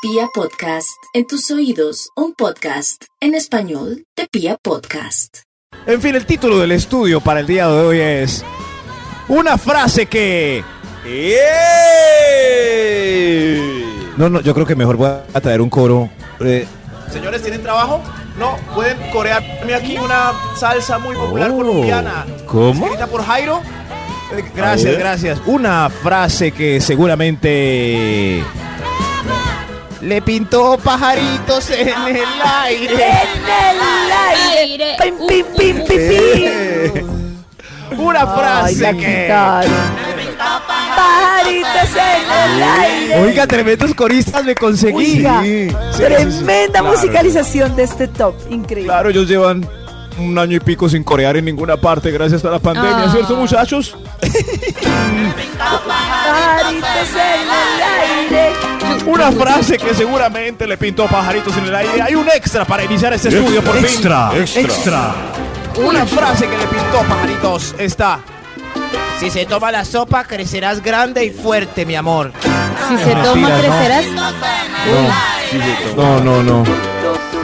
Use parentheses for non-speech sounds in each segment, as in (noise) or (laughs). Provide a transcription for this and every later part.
Pia Podcast, en tus oídos, un podcast en español de Pia Podcast. En fin, el título del estudio para el día de hoy es una frase que... ¡Ey! No, no, yo creo que mejor voy a traer un coro. eh, Señores, ¿tienen trabajo? No, pueden corearme aquí una salsa muy popular Oh, colombiana. ¿cómo? Escrita por Jairo. eh, gracias, gracias. Una frase que seguramente... Le pintó pajaritos en el aire. (laughs) aire. uh, Pim, pim, pim, pim, pim. Una Ay, frase la que... quitaron. Pajaritos en el aire. Oiga, tremendos coristas me conseguí. Oiga, Sí, sí, sí, sí. Tremenda musicalización de este top. Increíble. Claro, ellos llevan un año y pico sin corear en ninguna parte gracias a la pandemia, Ah. ¿cierto, muchachos? Pajaritos en el aire. Una frase que seguramente le pintó pajaritos en el aire. Hay un extra para iniciar este estudio por fin. Extra, Una frase que le pintó pajaritos está. Si se toma la sopa, crecerás grande y fuerte, mi amor. Si se Mentiras, toma, ¿no? crecerás. No, no, no.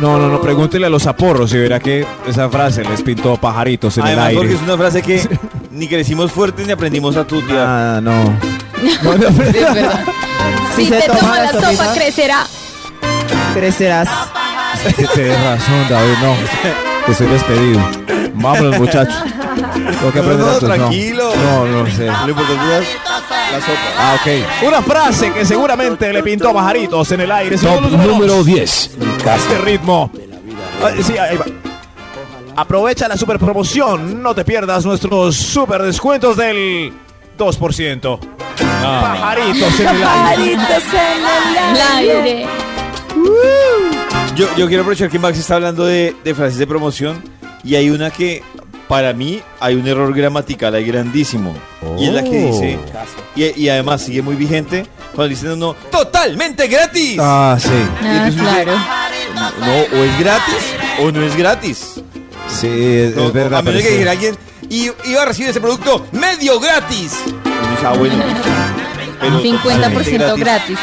No, no, no, pregúntele a los aporros y verá que esa frase les pintó pajaritos en Además, el porque aire. es una frase que (laughs) Ni crecimos fuertes ni aprendimos a tutear. Ah, no. No, (laughs) no, pero- Es verdad. Si te toma la sopa, crecerá. Crecerás. Que Tienes razón, David, no. Te estoy despedido. Vámonos, muchachos. Tengo que No, aprender no, otros, tranquilo. No, no sé. lo importante es la sopa. Ah, ok. Una frase que seguramente le pintó pajaritos en el aire. Top número 10. Este ritmo. Ah, sí, ahí va. Aprovecha la super promoción. No te pierdas nuestros super descuentos del 2%. Ah. Pajaritos en el aire. Pajaritos en el La aire. aire. Yo, yo quiero aprovechar que Max está hablando de, de frases de promoción y hay una que para mí hay un error gramatical ahí grandísimo. Y es la que dice, Oh. y, y además sigue muy vigente, cuando dicen uno, totalmente gratis. Ah, sí. Ah, claro. No, o es gratis o no es gratis. Sí, es, No, es verdad. a menos pero que sí. dijera alguien, y, iba a recibir ese producto medio gratis. Y uno dice, ah, bueno. pero totalmente 50% gratis.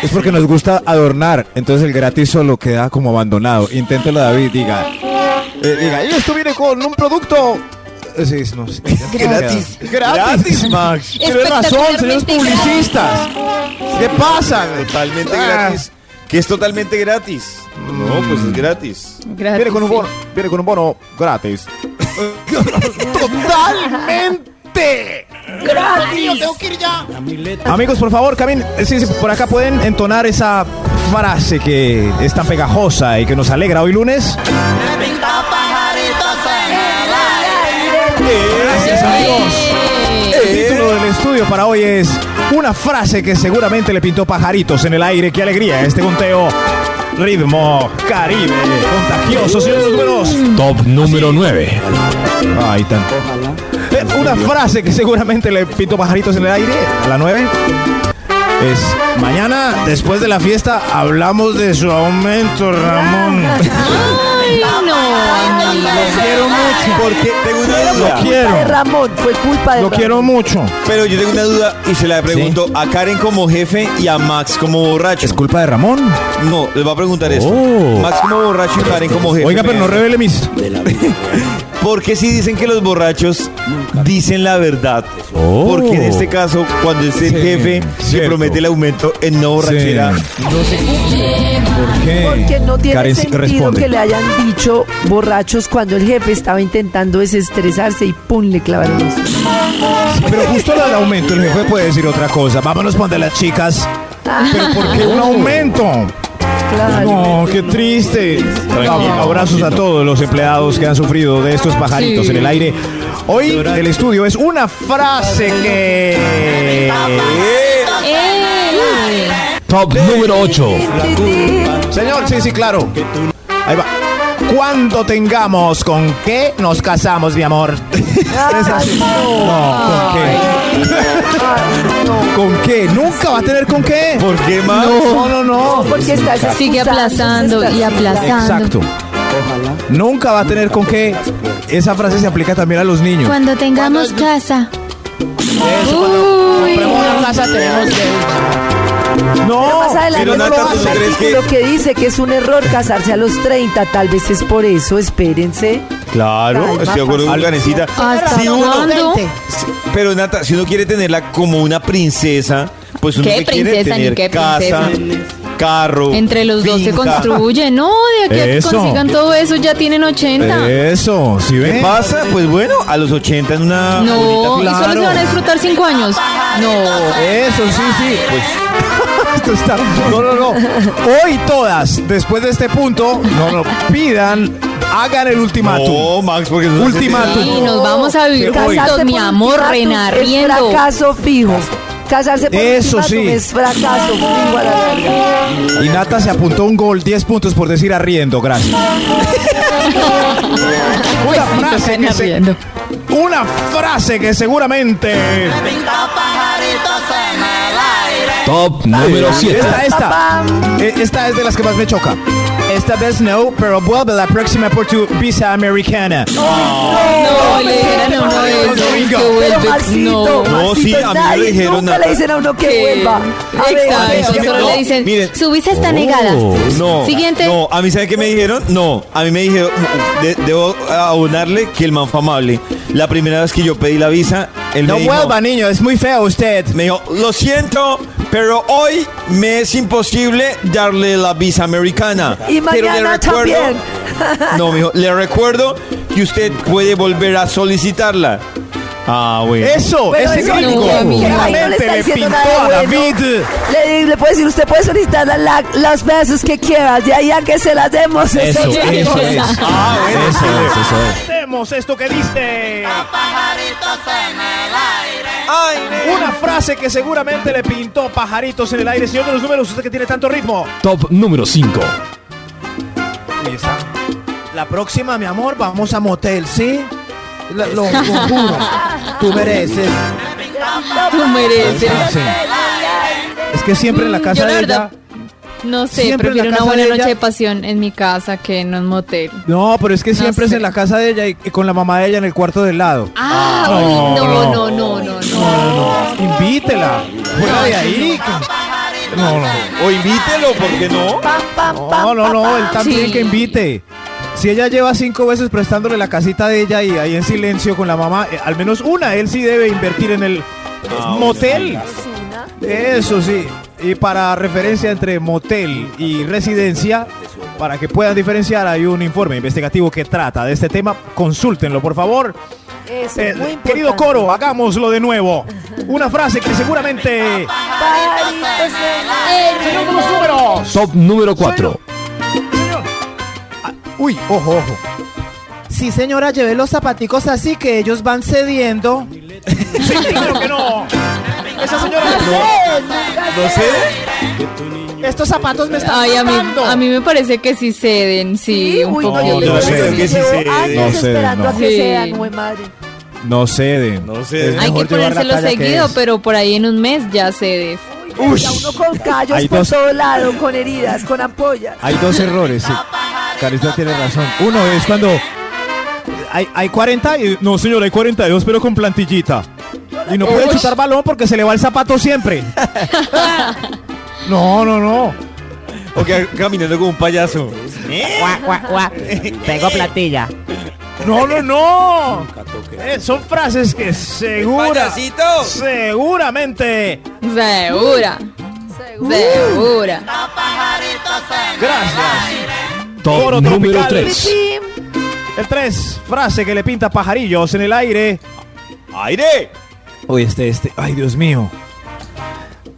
Es porque nos gusta adornar, entonces el gratis solo queda como abandonado. Inténtelo, David, diga. eh, diga, y esto viene con un producto. eh, Sí, no, sí, ya queda. Gratis. Gratis, (laughs) Max. Tienes razón, señores Espectacularmente publicistas. ¿Qué pasa? Totalmente Ah. gratis. Que es totalmente gratis. No, pues es gratis. Gratis. Viene con un sí. bono, viene con un bono gratis. Totalmente. Gratis. Amigos, por favor, Camin, sí, sí, por acá pueden entonar esa frase que es tan pegajosa y que nos alegra hoy lunes. Gracias, amigos. El título del estudio para hoy es una frase que seguramente le pintó pajaritos en el aire. ¡Qué alegría! Este conteo. Ritmo Caribe, contagioso, señores de los números. Top número 9. Ay, tan. Eh, una frase que seguramente le pintó pajaritos en el aire, a la 9, es: Mañana, después de la fiesta, hablamos de su aumento, Ramón. Ay, no, amigo. Quiero mucho. Porque tengo una Lo duda. Culpa de quiero, Ramón, fue culpa de lo Ramón. quiero mucho. Pero yo tengo una duda y se la pregunto a Karen como jefe y a Max como borracho. ¿Es culpa de Ramón? No, les voy a preguntar esto. Oh. Max como borracho y Karen como jefe. Oiga, pero no revele mis. Porque si dicen que los borrachos dicen la verdad. Oh. Porque en este caso, cuando es el Sí, jefe que cierto. promete el aumento en no borrachera, ¿Por qué? Porque no tiene Karen, sentido responde. que le hayan dicho borrachos cuando el jefe estaba intentando desestresarse y pum, le clavaron los Pero justo lo del aumento, el jefe puede decir otra cosa. Vámonos para donde las chicas. Ah. Pero ¿por qué un aumento? claro. No, qué triste. No, abrazos a todos los empleados que han sufrido de estos pajaritos Sí. en el aire. Hoy el estudio es una frase que... ¡Ey! Top número 8. Ti, ti. Señor, sí, sí, claro. Ahí va. Cuando tengamos con qué nos casamos, mi amor. Es así. No, ¿con qué? Ay, Ah, no. ¿Con qué? Nunca va a tener con qué. ¿por qué Max? No, no, no. Porque estás Sigue excusando, aplazando estás- y aplazando. Exacto. Nunca va a tener con qué. Esa frase se aplica también a los niños. Cuando tengamos casa. Uy, Compremos una casa, tenemos que- Pero No, más adelante pero uno Nata, va ¿tú al crees que- artículo que dice que es un error casarse a los 30, tal vez es por eso, espérense. Claro, Calma, estoy de acuerdo con pasión. Karencita. ¿Hasta Si uno- cuándo? Sí, Pero Nata, si uno quiere tenerla como una princesa, pues uno ¿Qué que quiere princesa, ni tener qué casa, carro. Entre los dos se finca. construye. No, de aquí a que Eso. consigan todo eso ya tienen 80. Eso, si ¿Qué ven? pasa? Pues bueno, a los 80 en una no, bonita y solo se van a disfrutar 5 años. No. Eso, sí, sí. (laughs) Esto está- Pues, No, no, no. Hoy todas, después de este punto, no, no, pidan, hagan el ultimátum. No, Max, porque no Ultimátum. Y nos vamos a vivir Pero Casarse juntos, por mi amor, ultimátum renarriendo. Es fracaso fijo. Casarse por Eso ultimátum sí. es fracaso fijo a la larga. Y Nata se apuntó un gol, 10 puntos por decir arriendo, (laughs) gracias. Una frase que se- Renarriendo. Una frase que seguramente. Top número 7. Esta, esta. Eh, Esta es de las que más me choca. Esta vez no, pero vuelve la próxima por tu visa americana. No, le dijeron a uno de esos que Pero vuelve. No. Maxito, No, sí, Maxito, a mí me nadie dijeron Nunca nada. le dicen a uno que Que- vuelva. A ver, a ver, Exacto, a ver. solo no, le dicen, miren. su visa está negada. Oh, No, Siguiente. No, a mí, ¿sabe qué me dijeron? No, a mí me dijeron, de- debo abonarle que el man fue amable. La primera vez que yo pedí la visa, él No me dijo, vuelva, niño, es muy feo usted. me dijo, lo siento, pero hoy me es imposible darle la visa americana. Y pero mañana también. (laughs) No, me dijo, le recuerdo que usted puede volver a solicitarla. Ah, bueno. Eso, Pero ese eso no, gringo. amigo. Ahí no Claramente le está le diciendo pintó nada a bueno. David. Le, le puedo decir, usted puede solicitarla la- las veces que quiera, de ahí a que se las demos. Eso, (laughs) ya eso es. es. Ah, bueno. Eso es, eso es. Hacemos esto que diste. Una frase que seguramente le pintó pajaritos en el aire. Señor de los números, usted que tiene tanto ritmo. Top número 5. Ahí está. La próxima, mi amor, vamos a motel, ¿sí? La- lo, lo juro. (laughs) Tú mereces. Tú mereces. Sí. Es que siempre en la Mm, casa yo la de ella. verdad, No sé, Siempre en la prefiero una casa buena de noche ella- de pasión en mi casa que en un motel. No, pero es que No siempre es sé. en la casa de ella y, y con la mamá de ella en el cuarto del lado. Ah, Ah, uy, no, no, no, no, no, no. Invítela. Fuera de ahí. que- No, no. O invítelo, ¿por qué no? No, no, no. Él también Sí. que invite. Si ella lleva cinco veces prestándole la casita de ella y ahí en silencio con la mamá, eh, al menos una, él sí debe invertir en el motel. Eso sí. Y para referencia entre motel y residencia, para que puedan diferenciar, hay un informe investigativo que trata de este tema. Consúltenlo, por favor. Eso, Eh, muy importante. querido coro, hagámoslo de nuevo. Una frase que seguramente. Pajaritos en la- ¡Señor de los números! Top número 4. Señor. Ah, uy, ojo, ojo. Sí, señora, llevé los zapaticos así que ellos van cediendo. Sí, claro que no. Esa señora, No sé. estos zapatos me están Ay, a mí, matando. a mí me parece que sí ceden, sí, Sí, un uy, poco. yo no, yo creo que sí llevo se- años no se- esperando a no. que Sí. sean, güey, madre. No ceden. No Es ceden. Hay mejor que llevar la ponérselo talla que seguido, es. pero por ahí en un mes ya cedes. Uy, ya uno con callos Hay por dos- todo lado, con heridas, con ampollas. Hay dos errores. sí. Carita tiene razón. Uno es cuando. Hay, hay 40. y- No, señor, hay 42, pero con plantillita. Y no puede chutar balón porque se le va el zapato (laughs) siempre. No, no, no. O que caminando como un payaso. Guau, guau, (laughs) guau. Tengo platilla. No, no, no. Eh, son frases que segura, seguramente. Segura, segura. Gracias. Top Coro número tropical. 3. El 3, frase que le pinta pajarillos en el aire. ¡Aire! Uy, este, este. Ay, Dios mío.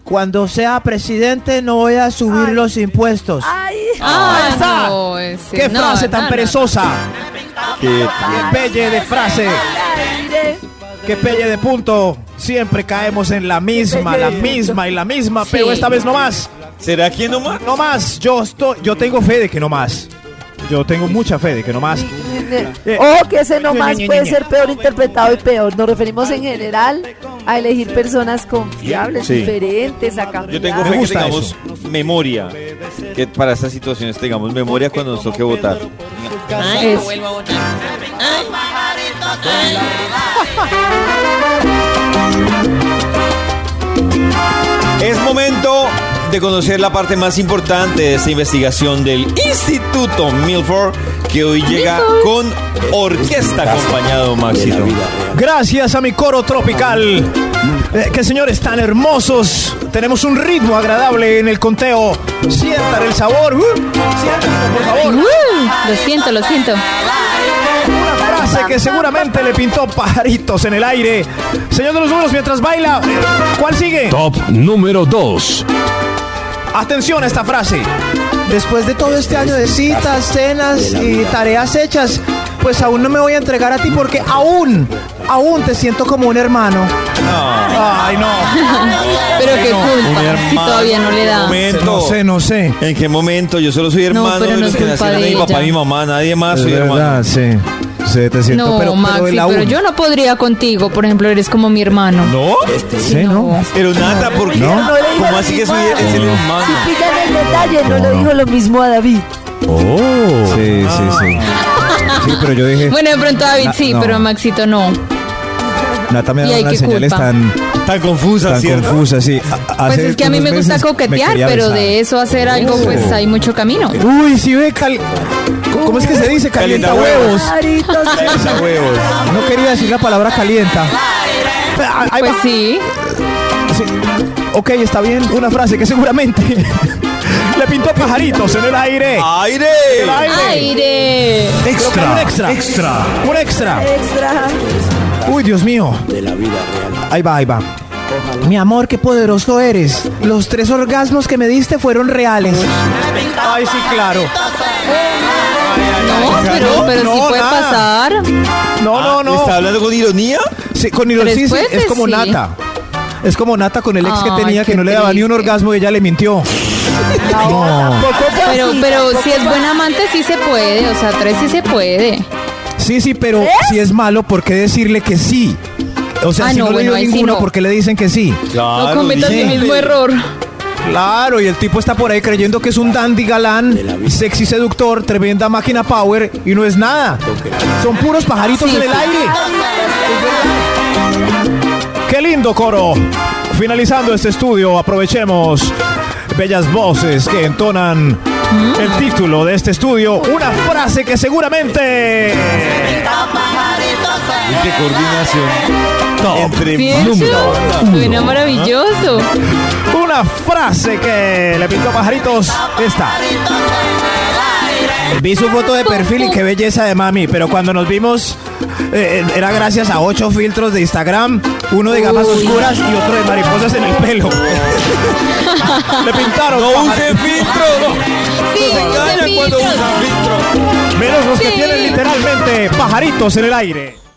Cuando sea presidente no voy a subir Ay. los impuestos. Ay, Ah, Ahí está. no, ese- ¡Qué no, frase tan no, no. perezosa! ¡Qué ¡Qué pelle de frase! ¡Qué pelle de punto! Siempre caemos en la misma, la misma y la misma, Sí. pero esta vez no más. ¿Será quién nomás? No más. Yo, estoy, yo tengo fe de que no más. Yo tengo mucha fe de que no más. Eh, Ojo que ese nomás puede ser peor interpretado y peor. Nos referimos en general a elegir personas confiables, Sí. diferentes, a cambiar. Yo tengo Me fe que gusta tengamos memoria. Que para estas situaciones tengamos memoria cuando nos toque votar. Es- Es momento de conocer la parte más importante de esta investigación del Instituto Milford, que hoy llega con orquesta acompañado, Maxito. Gracias a mi coro tropical. Eh, qué señores tan hermosos. Tenemos un ritmo agradable en el conteo. Sientan el sabor. Uh, siéntanlo, por favor. Uh, lo siento, lo siento. Una frase que seguramente le pintó pajaritos en el aire. Señor de los números, mientras baila, ¿cuál sigue? Top número 2. Atención a esta frase. Después de todo este año de citas, cenas y tareas hechas, pues aún no me voy a entregar a ti porque aún, aún te siento como un hermano. Ay, no. Pero qué culpa. Si todavía no le da. No sé, no sé. ¿En qué momento? Yo solo soy hermano pero de no los es que culpa nacieron de de mi papá ella. y mi mamá, nadie más soy hermano. Ah, sí. Sí, te siento, No, pero, Maxi, pero el pero, aún. yo no podría contigo. Por ejemplo, eres como mi hermano. ¿No? Sí, ¿no? Pero nada, porque Este No. No le dijo ¿Cómo lo así que mismo soy a David. es el Si hermano? pillan el detalle, no le dijo lo mismo a David. Oh. Sí, sí, sí. Sí, pero yo (laughs) dije, Bueno, de pronto David Na- sí, no. pero a Maxito no. Nata me ¿Y da ahí unas qué señales culpa? tan, Tan confusa, tan ¿cierto? confusas, sí. A- Pues hace es que a mí unos me gusta meses me coquetear, quería pero besar. Oh. de eso hacer algo, pues hay mucho camino. Uy, si ve cal... ¿Cómo es que se dice? Calienta Calienta huevos. Clarito, sí. (laughs) huevos. No quería decir la palabra calienta. Ah, ahí Pues va. sí. Sí. Ok, está bien. Una frase que seguramente (laughs) le pintó pajaritos en el aire. ¡Aire! En el aire. ¡Aire! Creo que hay un Ah, extra. Extra. Un extra. Extra. Uy, Dios mío. Ahí va, ahí va. Mi amor, qué poderoso eres. Los tres orgasmos que me diste fueron reales. Ay, sí, claro. No, pero, no, pero sí no, puede nada. pasar. No, no, no. Ah, ¿Está hablando con ironía? Sí, con Niro, Pero sí, sí, después es de como sí. Nata. Es como Nata con el ex que Ay, tenía que qué no le daba ni un triste. orgasmo y ella le mintió. No. Pero, pero si es buen amante, sí se puede. O sea, tres sí se puede. Sí, sí, pero si es malo, ¿por qué decirle que sí? O sea, Ah, si no, no, le bueno, dio ahí sí ninguno, no. ¿por qué le dicen que sí? Claro. no cometas el dice. mismo error. Claro, y el tipo está por ahí creyendo que es un dandy galán, sexy seductor, tremenda máquina power, y no es nada. Son puros pajaritos Sí, en el sí. aire. ¡Qué lindo coro! Finalizando este estudio, aprovechemos bellas voces que entonan Mm. el título de este estudio. Una frase que seguramente... Y qué coordinación. Entre ¿Cierto? Suena maravilloso. Una frase que le pintó pajaritos. Esta. Vi su foto de perfil y qué belleza de mami, pero cuando nos vimos eh, era gracias a ocho filtros de Instagram, uno de gamas Uy. oscuras y otro de mariposas en el pelo. (laughs) le pintaron. No pajar- usen filtro. Sí, No se engañan cuando filtra. usan filtro. Menos los que Sí. tienen literalmente pajaritos en el aire.